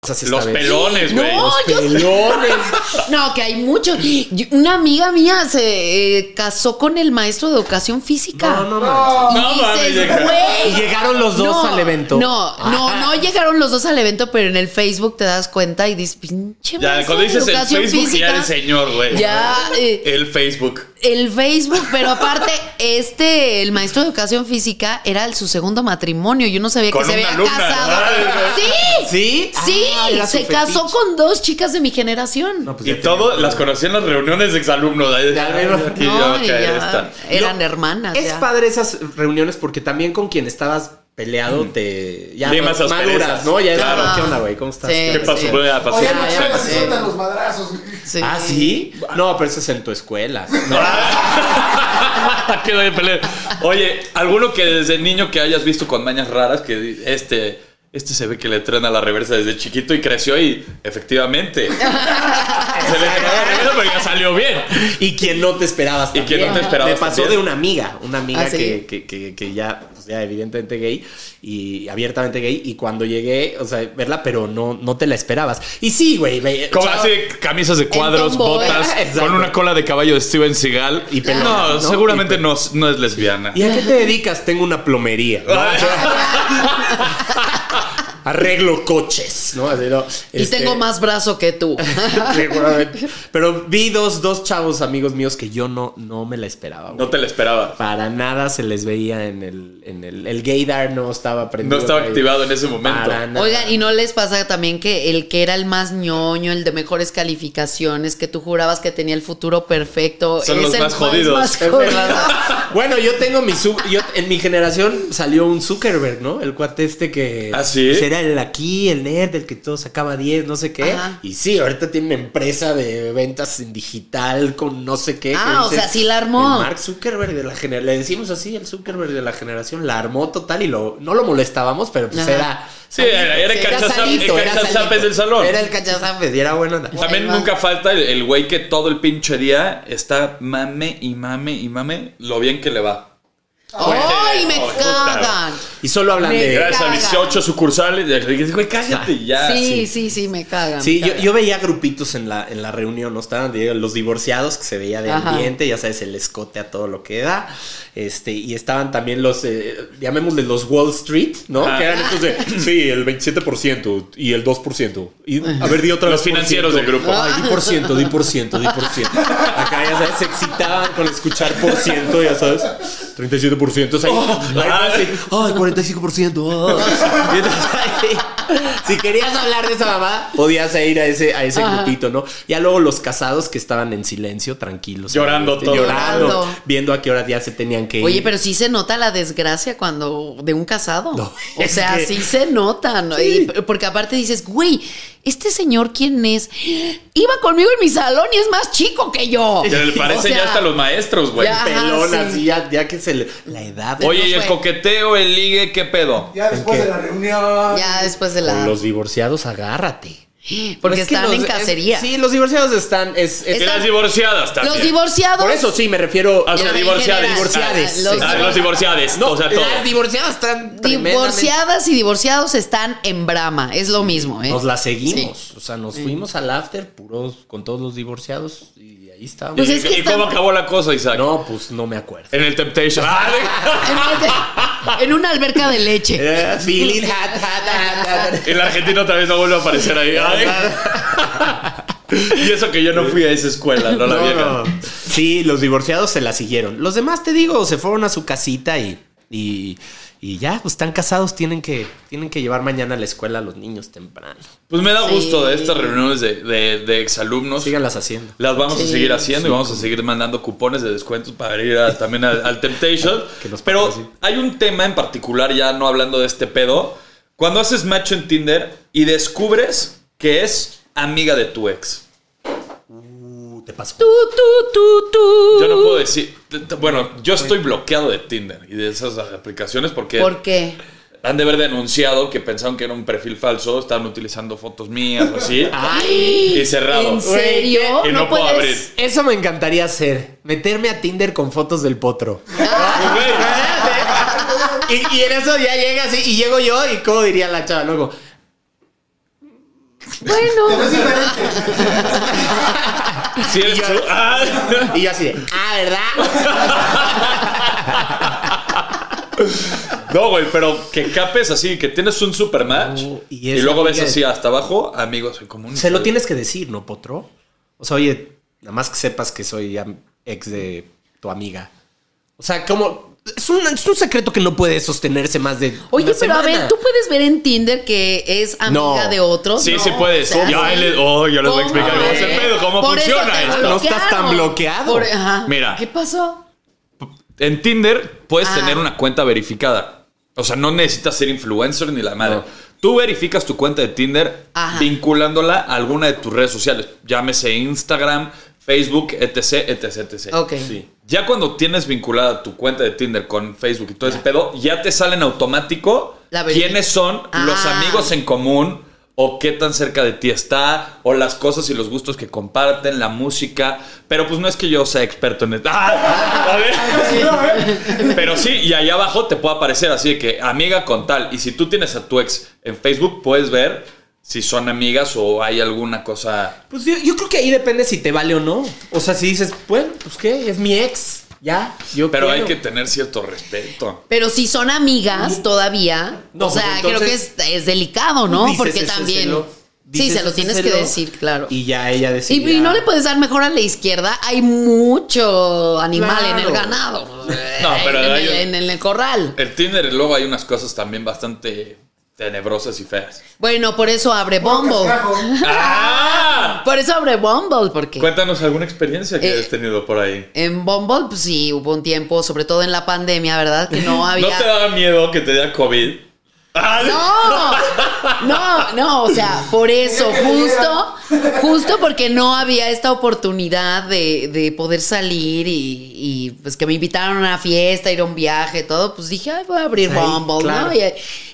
Cosas esta
Los
vez.
pelones, güey.
No, yo-
Pelones.
No, que hay muchos. Yo- Una amiga mía se eh, casó con el maestro de educación física.
No, no, no.
Y
No mames,
dices,
llega-
"Güey".
Y llegaron los dos
No,
al evento.
No, no,
Ah.
no llegaron los dos al evento, pero en el Facebook te das cuenta y dices, pinche
Ya,
maestro
cuando
de
dices el
educación
Facebook, ya
física".
el señor, güey.
Ya, eh,
El Facebook.
el Facebook, pero aparte, este, el maestro de educación física era el- su segundo matrimonio. Yo no sabía
Con
que se
una
había
alumna,
casado.
¿verdad?
Sí,
¿Sí?
sí,
Ah, era su
se
fetiche.
casó con dos chicas de mi generación.
No, pues
Y
ya
todo,
tenía-
las conocí en las reuniones de exalumnos. Ahí de-
Ya veo.
Aquí
No,
ya va a
y
caer
ya
esta.
eran
Lo-
hermanas.
Es
ya.
padre esas reuniones porque también con quien estabas peleado
Mm.
te. Ya
Limas
no- maduras,
asperezas.
¿no? Ya
Claro.
era, ¿qué onda, güey? ¿Cómo estás?
Sí.
¿Qué pasó?
Sí.
Voy a pasar.
Oye,
ya,
no
ya
se
pasé.
necesitan los madrazos.
Sí.
Ah, ¿sí? No, pero eso es en tu escuela. No,
Qué doy pelea. Oye, alguno que desde niño que hayas visto con mañas raras, que di- este, este se ve que le entrena la reversa desde chiquito y creció y efectivamente. se le entrenó la reversa pero ya salió bien.
Y quien no te esperabas.
Y quien no te esperabas
Me pasó
también.
de una amiga, una amiga
Ah, ¿sí?
que, que, que- que ya, pues, ya evidentemente gay y abiertamente gay. Y cuando llegué, o sea, verla, pero no, no te la esperabas. Y sí, güey. ve-
Como
chao.
hace camisas de cuadros,
tomboy.
botas,
Exacto.
con una cola de caballo de Steven Seagal.
Y pelona,
no,
¿no?
seguramente
Y
no, no es lesbiana.
¿Y a qué te dedicas? Tengo una plomería. ¿no? O sea, Arreglo coches, ¿no? Así, ¿no?
Y
Este,
tengo más brazo que tú.
seguramente. Pero vi dos, dos chavos amigos míos que yo no, no me la esperaba. güey.
No te la esperaba.
Para nada se les veía en el, en el, el gaydar no estaba prendido.
No estaba
güey.
activado en ese momento.
Para nada.
Oigan, ¿y no les pasa también que el que era el más ñoño, el de mejores calificaciones, que tú jurabas que tenía el futuro perfecto,
Son los
el
más jodidos.
Es
jodido?
verdad. bueno, yo tengo mi su- yo en mi generación salió un Zuckerberg, ¿no? El cuate este que
¿Ah, sí?
pues, era el aquí, el nerd, el que todo sacaba 10, no sé qué.
Ajá.
Y sí, ahorita tiene una empresa de ventas en digital con no sé qué.
Ah,
que
o sea, sí la armó.
el Mark Zuckerberg de la generación, le decimos así, el Zuckerberg de la generación la armó total y lo no lo molestábamos, pero pues
Ajá.
era
Sí, era, era el
Era
cachazap-
salito,
el
era
cachazapes
salito.
del salón.
era el cachazapes y era buena onda.
También
Ahí va.
nunca falta el- el güey que todo el pinche día está mame y mame y mame lo bien que le va.
¡Ay, me
Oh, puta.
cagan!
Y solo hablan
Me
de
Gracias a
caga.
18 sucursales. y le dices, Güey, cállate ya.
Sí, sí, sí, me cagan.
Sí,
me
yo,
cagan.
yo veía grupitos en la, en la reunión, ¿no? Estaban de- los divorciados que se veía de
Ajá.
ambiente, ya sabes, el escote a todo lo que da. Este, y estaban también los, eh, llamémosle los Wall Street, ¿no?
Ah.
Que eran estos de, sí, el 27% y el 2%. Y, a ver, di otra
Los
vez.
financieros del grupo.
Ay, di por ciento, di por ciento, di por ciento. Acá, ya sabes, se excitaban con escuchar por ciento, ya sabes. 37%, o sea,
Oh,
ahí- ahí no, así, ay, 45%. ah. Y entonces, ahí, si querías hablar de esa mamá, podías ir a ese, a ese grupito, ¿no? Ya luego los casados que estaban en silencio, tranquilos.
Llorando
obviamente,
todo.
Llorando,
Llorando.
viendo a qué horas ya se tenían que ir.
Oye, pero sí se nota la desgracia cuando de un casado.
No,
o
es
sea,
que-
sí se nota. ¿no? Y p- porque aparte dices, güey, este señor quién es? Iba conmigo en mi salón y es más chico que yo.
Que le parece
O sea,
ya hasta los maestros, güey.
ya.
pelón,
Ajá, sí.
así, ya, ya que se le. La edad. de
Oye,
no
y el
fue.
coqueteo, el ligue, ¿qué pedo?
Ya después
qué?
de la reunión.
Ya después de
Con
la.
los divorciados, agárrate.
Porque
Es que
están
los-
en
es-
cacería.
sí, los divorciados están. Es, es-
Y
Está-
las divorciadas también.
los divorciados.
por eso sí, me refiero.
Ah, o
a
sea,
Ya, en
divorciades.
general.
Divorciades.
Ah, los,
Sí.
ah, los divorciades. o sea, todo.
Las divorciadas están. tremendamente-
Divorciadas y divorciados están en brama, es lo mismo, ¿eh?
Nos la seguimos. O sea, nos fuimos al after puros con todos los divorciados y ahí estábamos.
Pues
¿Y,
es que
y
está-
cómo acabó la cosa, Isaac?
no, pues no me acuerdo.
En el Temptation. Ah,
En, en una alberca de leche.
Eh, Feeling hat, hat, hat, hat, hat.
El argentino también no vuelve a aparecer ahí. Ay. y eso que yo no fui a esa escuela, no la
No,
vieja.
no. Sí, los divorciados se la siguieron. Los demás, te digo, se fueron a su casita y, y, y ya, pues están casados, tienen que, tienen que llevar mañana a la escuela a los niños temprano.
Pues me da
Sí.
gusto de estas reuniones de, de- de exalumnos.
Síganlas haciendo.
Las vamos a
Sí.
seguir haciendo y vamos a seguir mandando cupones de descuentos para ir a- también al, al Temptation.
Que nos
Pero
patrocinen.
hay un tema en particular, ya no hablando de este pedo. Cuando haces match en Tinder y descubres que es amiga de tu ex.
Uh, te pasó.
Yo no puedo decir. t- t- Bueno, yo estoy bloqueado de Tinder y de esas aplicaciones porque
¿Por qué?
han de haber denunciado que pensaron que era un perfil falso, estaban utilizando fotos mías o así.
Ah.
y cerrado.
¿En serio?
Y no, puedo
puedes-
abrir.
Eso me encantaría hacer. Meterme a Tinder con fotos del potro. y, y en eso ya llega así. Y llego yo y cómo diría la chava luego.
Te ves
Bueno.
diferente.
Si eres
yo-
tú. Ah.
Y yo así de, ah, ¿verdad?
No, güey, pero que capes así, que tienes un super match
Oh, y
y,
es
luego ves
amiga de-
así hasta abajo, amigos en común.
Se lo tienes que decir, ¿no, potro? O sea, oye, nada más que sepas que soy am- ex de tu amiga. O sea, como. Es un, es un secreto que no puede sostenerse más de.
Oye,
una
pero a
semana.
ver, ¿tú puedes ver en Tinder que es amiga
No.
de otros?
Sí,
No,
sí puedes.
o sea,
yo, ahí
sí.
les, oh, yo les voy a explicar
¿Cómo
cómo es el
crees?
pedo, cómo
Por eso
funciona
te
esto.
No estás tan
bloquearon.
bloqueado.
Por- ajá.
Mira.
¿Qué pasó?
En Tinder puedes
Ah.
tener una cuenta verificada. O sea, no necesitas ser influencer ni la madre. Tú verificas tu cuenta de Tinder
Ajá.
vinculándola a alguna de tus redes sociales. Llámese Instagram, Facebook, etc, etc, etc.
Ok.
Sí.
Ya cuando tienes vinculada tu cuenta de Tinder con Facebook y todo ese pedo, ya te salen automático
La verific-
quiénes son los
Ah.
amigos en común o qué tan cerca de ti está o las cosas y los gustos que comparten, la música. Pero pues no es que yo sea experto en esto. ¡Ah! A ver. Pero sí, y ahí abajo te puede aparecer así de que amiga con tal. Y si tú tienes a tu ex en Facebook, puedes ver si son amigas o hay alguna cosa.
Pues yo, yo creo que ahí depende si te vale o no. O sea, si dices, bueno, pues qué, es mi ex. Ya, yo
Pero hay
quiero.
que tener cierto respeto.
Pero si son amigas todavía,
No,
o sea,
pues entonces-
creo que es, es delicado, ¿no?
Dices
Porque
ese
también...
celo,
sí,
dices
se lo
ese
tienes
celo,
que decir, claro. Y,
Y ya ella decía.
y no le puedes dar mejor a la izquierda. Hay mucho animal en el
Claro.
ganado.
No, pero
en,
hay
el,
un-
en el corral.
El Tinder luego hay unas cosas también bastante tenebrosas y feas.
Bueno, por eso abre
Bombo.
Bumble. Por eso abre Bumble, porque...
¡Ah! Cuéntanos alguna experiencia que
Eh,
hayas tenido por ahí.
En Bumble, pues sí, hubo un tiempo, sobre todo en la pandemia, ¿verdad? Que no había.
¿No te daba miedo que te diera COVID?
No, no, no, o sea, por eso, justo, justo porque no había esta oportunidad de, de poder salir y, y, pues que me invitaron a una fiesta, ir a un viaje, todo, pues dije, ay, voy a abrir
Ahí,
Bumble,
claro.
¿no? Y,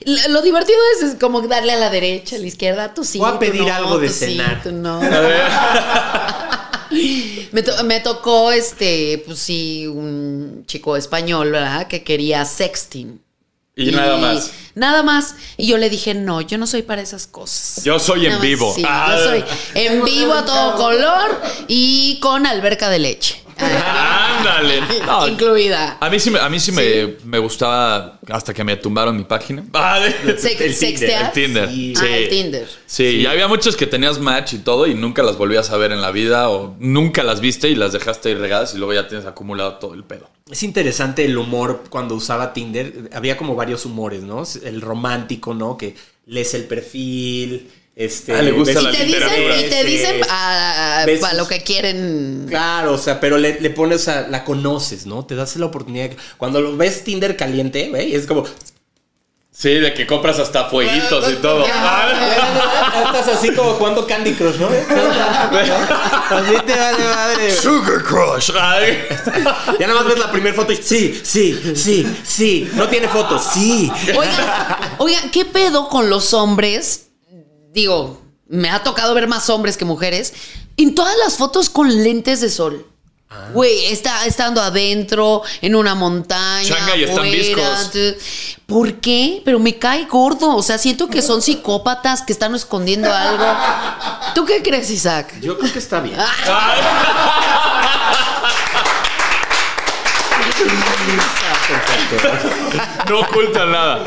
lo- lo divertido es, es como darle a la derecha, a la izquierda, tú sí.
Voy a
tú
pedir
no,
algo de
tú sí,
cenar.
tú no. Me, to- me tocó, este, pues sí, un chico español, ¿verdad? Que quería sexting.
Y nada más.
Nada más. Y yo le dije, no, yo no soy para esas cosas.
Yo soy en
Nada más,
vivo.
sí,
Ah.
yo soy en vivo a todo color y con alberca de leche. ah,
Ándale. No,
Incluida.
a mí sí, me, a mí sí, Me, me gustaba hasta que me tumbaron mi página. Vale.
Sex-
el Tinder,
sextear.
El Tinder.
Sí.
Sí.
Ah, el Tinder.
Sí, y había muchas que tenías match y todo y nunca las volvías a ver en la vida o nunca las viste y las dejaste ahí regadas y luego ya tienes acumulado todo el pedo.
Es interesante el humor cuando usaba Tinder. Había como varios humores, ¿no? El romántico, ¿no? Que lees el perfil. Este,
Ah, le gusta
ves-
la
Y te dicen, y te dicen
Besos. Besos.
para lo que quieren.
Claro, o sea, pero le, le pones, o sea, la conoces, ¿no? Te das la oportunidad. Cuando lo ves Tinder caliente, güey, es como.
Sí, de que compras hasta fueguitos y todo.
Estás así como jugando Candy Crush, ¿no? Así te vale madre.
Sugar Crush.
Ya nada más ves la primera foto y. Sí, sí, sí, sí. No tiene fotos. Sí.
Oigan, oigan, ¿qué pedo con los hombres? Digo, me ha tocado ver más hombres que mujeres. En todas las fotos con lentes de sol. Güey, está estando adentro, en una montaña.
Changa y están viscos.
t- ¿Por qué? Pero me cae gordo. O sea, siento que son psicópatas que están escondiendo algo. ¿Tú qué crees, Isaac?
Yo creo que está bien.
No ocultan nada.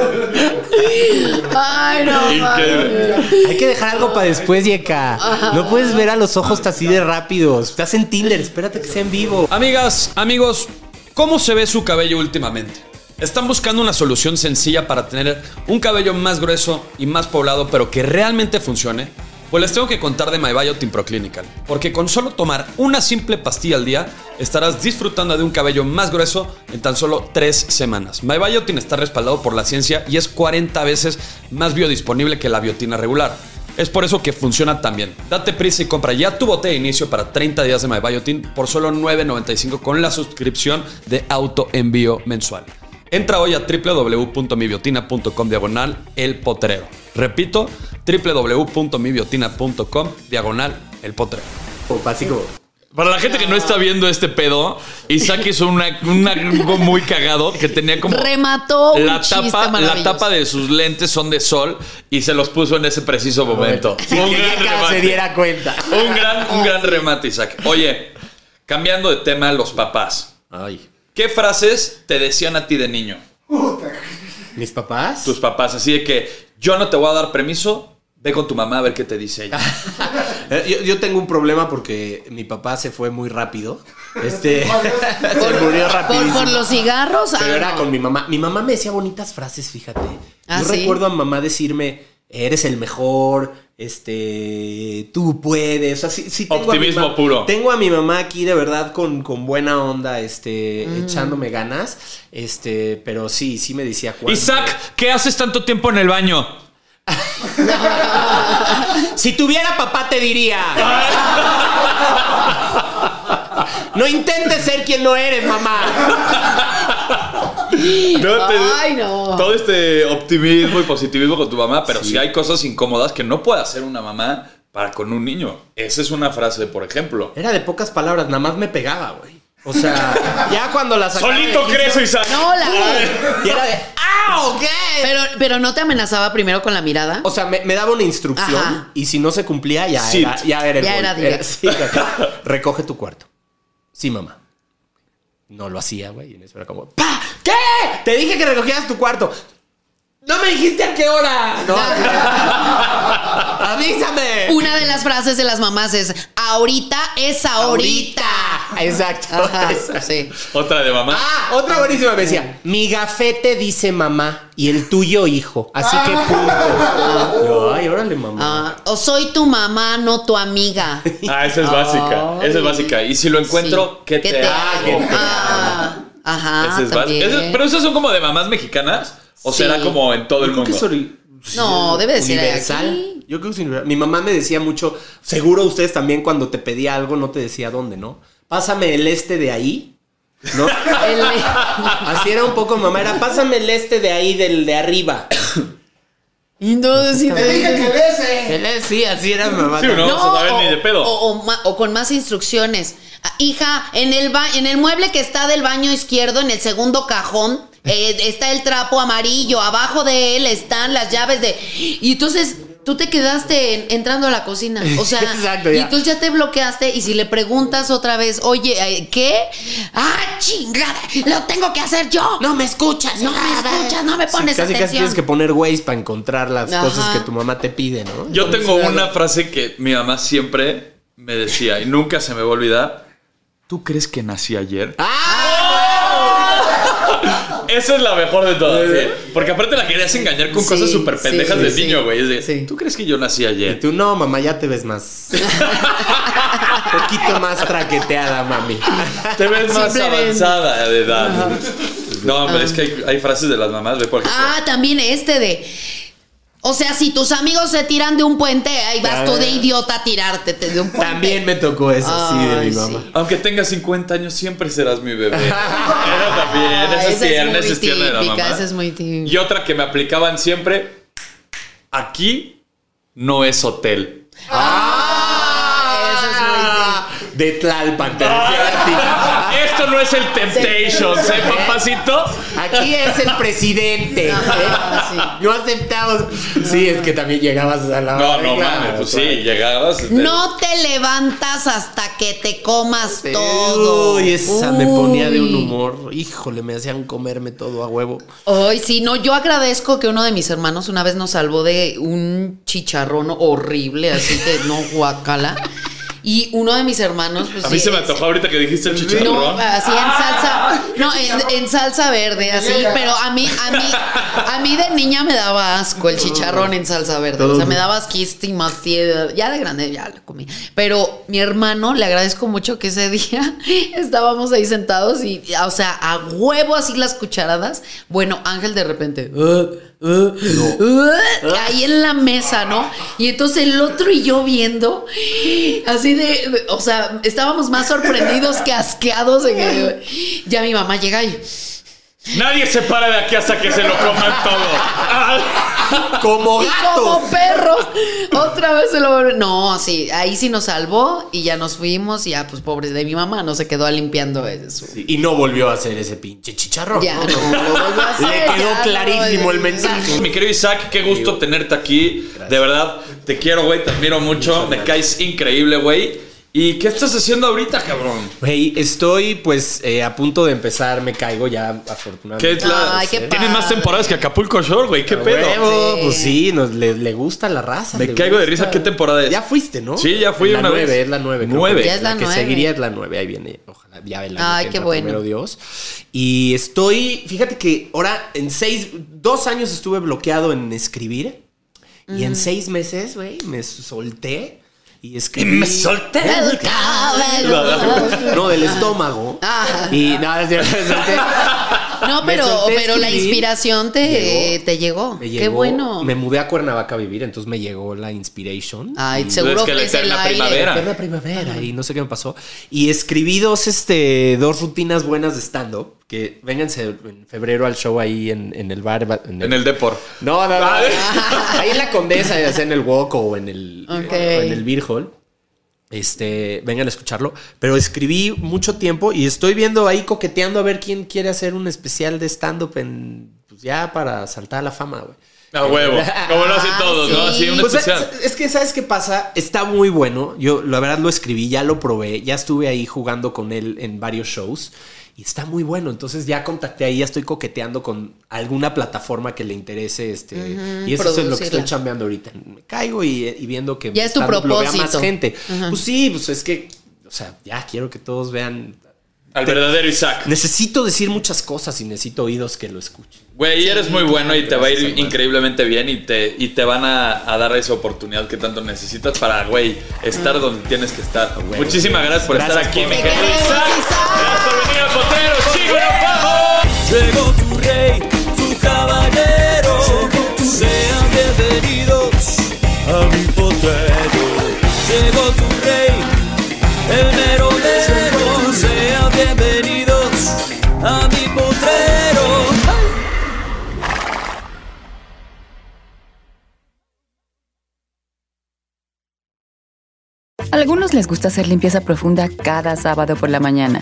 Ay, no. mames.
Increíble.
Hay que dejar algo para después, Yeka. No puedes ver a los ojos así de rápidos. Estás en Tinder, espérate que sea en vivo.
Amigas, amigos, ¿cómo se ve su cabello últimamente? ¿Están buscando una solución sencilla para tener un cabello más grueso y más poblado, pero que realmente funcione? Pues les tengo que contar de My Biotin Pro Clinical, porque con solo tomar una simple pastilla al día estarás disfrutando de un cabello más grueso en tan solo tres semanas. My Biotin está respaldado por la ciencia y es 40 veces más biodisponible que la biotina regular. Es por eso que funciona tan bien. Date prisa y compra ya tu bote de inicio para 30 días de MyBiotin por solo $9.95 con la suscripción de autoenvío mensual. Entra hoy a www.mibiotina.com diagonal el potrero. Repito, www.mibiotina.com diagonal el potrero.
Como así como,
Para la gente que no está viendo este pedo, Isaac hizo una, una- algo muy cagado que tenía como...
Remató un
la
chiste
tapa, la
maravilloso.
tapa de sus lentes son de sol y se los puso en ese preciso momento.
Si
Fue un gran
Yeka
remate.
se diera cuenta.
Un gran, un gran remate, Isaac. Oye, cambiando de tema, los papás.
Ay.
¿Qué frases te decían a ti de niño?
¿Mis papás?
Tus papás, así de que yo no te voy a dar permiso, ve con tu mamá a ver qué te dice ella.
Eh, Yo, yo tengo un problema porque mi papá se fue muy rápido. Este. se murió
Por,
rapidísimo.
por los cigarros.
Pero
ah,
era
no.
con mi mamá. Mi mamá me decía bonitas frases, fíjate.
¿Ah,
Yo
sí?
recuerdo a mamá decirme, eres el mejor, este, tú puedes. O sea, sí- sí tengo a mi
Optimismo
mam-
puro.
Tengo a mi mamá aquí de verdad con, con buena onda, este,
Mm.
echándome ganas. Este, pero sí, sí me decía cuando-
Isaac, ¿qué haces tanto tiempo en el baño?
Si tuviera papá te diría. No intentes ser quien no eres, mamá.
Ay, no.
Todo este optimismo y positivismo con tu mamá, pero si hay cosas incómodas que no puede hacer una mamá para con un niño. Esa es una frase, por ejemplo.
Era de pocas palabras, nada más me pegaba, güey. O sea, ya cuando la sacaba de
Solito
quicio-
crece, Isaac.
No, la.
Y era de, ¡ah, ok!
Pero, pero no te amenazaba primero con la mirada.
O sea, me, me daba una instrucción
Ajá.
y si no se cumplía, ya
Sit.
era, ya era el
Ya
gol.
era directo.
sí, acá. Recoge tu cuarto. Sí, mamá. No lo hacía, güey. Y en eso era como, ¡pa! ¿Qué? Te dije que recogías tu cuarto. ¡No me dijiste a qué hora! No. ¡Avísame!
Una de las frases de las mamás es: ahorita es ahorita.
Exacto.
Ajá,
exacto.
sí.
Otra de mamá.
Ah, otra buenísima me decía, mi gafete dice mamá y el tuyo hijo, así que
Ah.
punto. Yo, Ay, órale mamá.
Ah, o soy tu mamá, no tu amiga.
Ah, esa es básica. Esa es básica. Y si lo encuentro,
Sí.
¿qué te, hago?
hago? Ah, ajá.
Esa es básica.
también.
Esa- pero esas son como de mamás mexicanas. ¿O
Sí.
será como en todo el
Creo que
mundo?
es ori-
No, debe de ser
universal.
aquí.
Yo creo que es universal. Mi mamá me decía mucho, seguro ustedes también cuando te pedía algo no te decía dónde, ¿no? Pásame el este de ahí. ¿No?
El-
Así era un poco mamá, era pásame el este de ahí del de arriba.
Y no decir-
Te dije que bese.
Sí, así era mamá.
Sí, ¿no?
No,
o sea, a ver, ni de pedo.
o- o ma- o con más instrucciones. Ah, Hija, en el, ba- en el mueble que está del baño izquierdo, en el segundo cajón, eh, está el trapo amarillo. Abajo de él están las llaves de. Y entonces. Tú te quedaste en- entrando a la cocina. O sea,
Exacto,
y
ya.
entonces ya te bloqueaste. Y si le preguntas otra vez, oye, eh, ¿qué? ¡Ah, chingada! ¡Lo tengo que hacer yo! No me escuchas, no me escuchas, no me
Sí,
pones
casi casi
atención.
tienes que poner Waze para encontrar las
Ajá.
cosas que tu mamá te pide, ¿no?
Yo tengo una frase que mi mamá siempre me decía y nunca se me va a olvidar. ¿Tú crees que nací ayer?
¡Ah!
Esa es la mejor de todas. ¿eh? Porque aparte la querías engañar con
Sí,
cosas súper
sí,
pendejas
sí,
de
sí.
niño, güey. Es de,
Sí.
¿tú crees que yo nací
Y
ayer?
tú, no, mamá, ya te ves más. Poquito más traqueteada, mami.
Te ves más
Simplemente.
avanzada de edad. No, pero es que hay, hay frases de las mamás, güey, por ejemplo.
Ah, también este de. O sea, si tus amigos se tiran de un puente, ahí
Ah,
vas tú de idiota a tirarte de un puente.
También me tocó Ah, eso, sí, de mi
Ay,
mamá.
sí.
Aunque tengas 50 años, siempre serás mi bebé. Era también,
Ah,
esa es tierna, esa es tierna de la mamá.
esa es muy típica.
Y otra que me aplicaban siempre, aquí no es hotel.
Ah, esa es muy típica.
Ah, de Tlalpan. te decía a ti.
Esto no es el Temptations, ¿eh, papacito?
Aquí es el presidente. ¿eh?
Ajá,
No aceptamos. Sí, es que también llegabas a la
No,
hora,
no
claro,
mames, pues sí,
claro.
llegabas. te-
No te levantas hasta que te comas todo.
Uy, esa me ponía de un
Uy.
humor. Híjole, me hacían comerme todo a huevo.
Ay, sí, no, yo agradezco que uno de mis hermanos una vez nos salvó de un chicharrón horrible, así que no guacala. Y uno de mis hermanos, pues.
A mí
sí,
se me
es-
antojó ahorita que dijiste el chicharrón.
No, ah. así en salsa. No, en, en salsa verde, así. Pero a mí, a mí, a mí de niña me daba asco el chicharrón en salsa verde. O sea, me daba asquísima. así, Ya de grande ya lo comí. Pero mi hermano, le agradezco mucho que ese día estábamos ahí sentados y, o sea, a huevo así las cucharadas. Bueno, Ángel de repente.
Eh,
"Uh, uh, uh", ahí en la mesa, ¿no? Y entonces el otro y yo viendo, así de, de- o sea, estábamos más sorprendidos que asqueados. en el- ya mi mamá llega y,
Nadie se para de aquí hasta que se lo coman todo. Ah,
Como
y
gatos.
como perros, otra vez se lo... vuelve- No, sí, ahí sí nos salvó y ya nos fuimos y ya, pues pobre de mi mamá, no se quedó limpiando eh, eso.
Sí, Y no volvió a hacer ese pinche chicharrón.
Ya, no, lo volvió a hacer,
Le quedó
ya, no,
clarísimo el mensaje.
Mi querido Isaac, qué gusto tenerte aquí. De verdad, te quiero, güey, te admiro mucho. Me caes increíble, güey. ¿Y qué estás haciendo ahorita, cabrón?
Güey, estoy pues eh, a punto de empezar, me caigo ya afortunadamente.
¿Qué es la-
Ay, qué
Tienes más
padre.
temporadas que Acapulco Shore, güey. ¿Qué
A
pedo?
huevo,
Sí.
Pues sí, nos, le, le gusta la raza.
Me
le
caigo de
gusta.
risa. ¿Qué temporada es?
Ya fuiste, ¿no?
Sí, ya fui
la
una
nueve,
vez.
Es la 9.
Nueve.
Ya es la
que
nueve.
seguiría es la 9. Ahí viene. Ojalá. Ya el año
Ay,
que
qué
entra,
bueno.
Primero Dios. Y estoy. Fíjate que ahora en seis. Dos años estuve bloqueado en escribir. Y
Mm.
en seis meses, güey, me solté. Y escribí.
Me solté.
No, del estómago.
Ah.
Y nada, no, es cierto, me solté.
No,
Me
pero,
solté a
pero la
escribir.
inspiración te eh,
Llegó.
te llegó.
Me
Qué
llegó-
bueno.
Me mudé a Cuernavaca a vivir, entonces me llegó la inspiration.
Ay,
Pero
seguro
es
que,
que la
es el
eterna
aire.
primavera.
Era primavera y no sé qué me pasó. Y escribí dos, este, dos rutinas buenas de stand-up. Que vénganse en febrero al show ahí en, en el bar. va-
En el Depor.
No, no, no.
Ah.
ahí en la Condesa, ya sea en el Wok o en el,
Ok.
o en el Beer Hall. Este, vengan a escucharlo. Pero escribí mucho tiempo y estoy viendo ahí coqueteando a ver quién quiere hacer un especial de stand-up en. Pues ya para saltar a la fama, güey.
A huevo. Como lo hacen todos, ¿no? Así un
Ah, Pues,
especial.
¿sabes? es que, ¿sabes qué pasa? Está muy bueno. Yo, la verdad, lo escribí, ya lo probé, ya estuve ahí jugando con él en varios shows y está muy bueno. Entonces, ya contacté ahí, ya estoy coqueteando con alguna plataforma que le interese. Este, y eso es lo que
producirla.
estoy chambeando ahorita. Me caigo y, y viendo que
Ya es tu
stand-up lo vea más
propósito.
gente. Pues sí, pues es que, o sea, ya quiero que todos vean.
Al verdadero Isaac.
Necesito decir muchas cosas y necesito oídos que lo escuchen.
Güey, eres muy bueno y te va a
gracias,
ir
hermano.
increíblemente bien y te, y te van a, a dar esa oportunidad que tanto necesitas para, güey, estar donde tienes que estar. Muchísimas gracias por
Gracias
estar aquí,
por-
mi
Te
querido
queremos,
Isaac.
Isaac.
Gracias por venir al potrero, chico, un aplauso.
Llegó tu rey, tu caballero. Sean bienvenidos a mi potrero. Llegó tu rey, el merodero. Sean bienvenidos a mi potrero.
A algunos les gusta hacer limpieza profunda cada sábado por la mañana.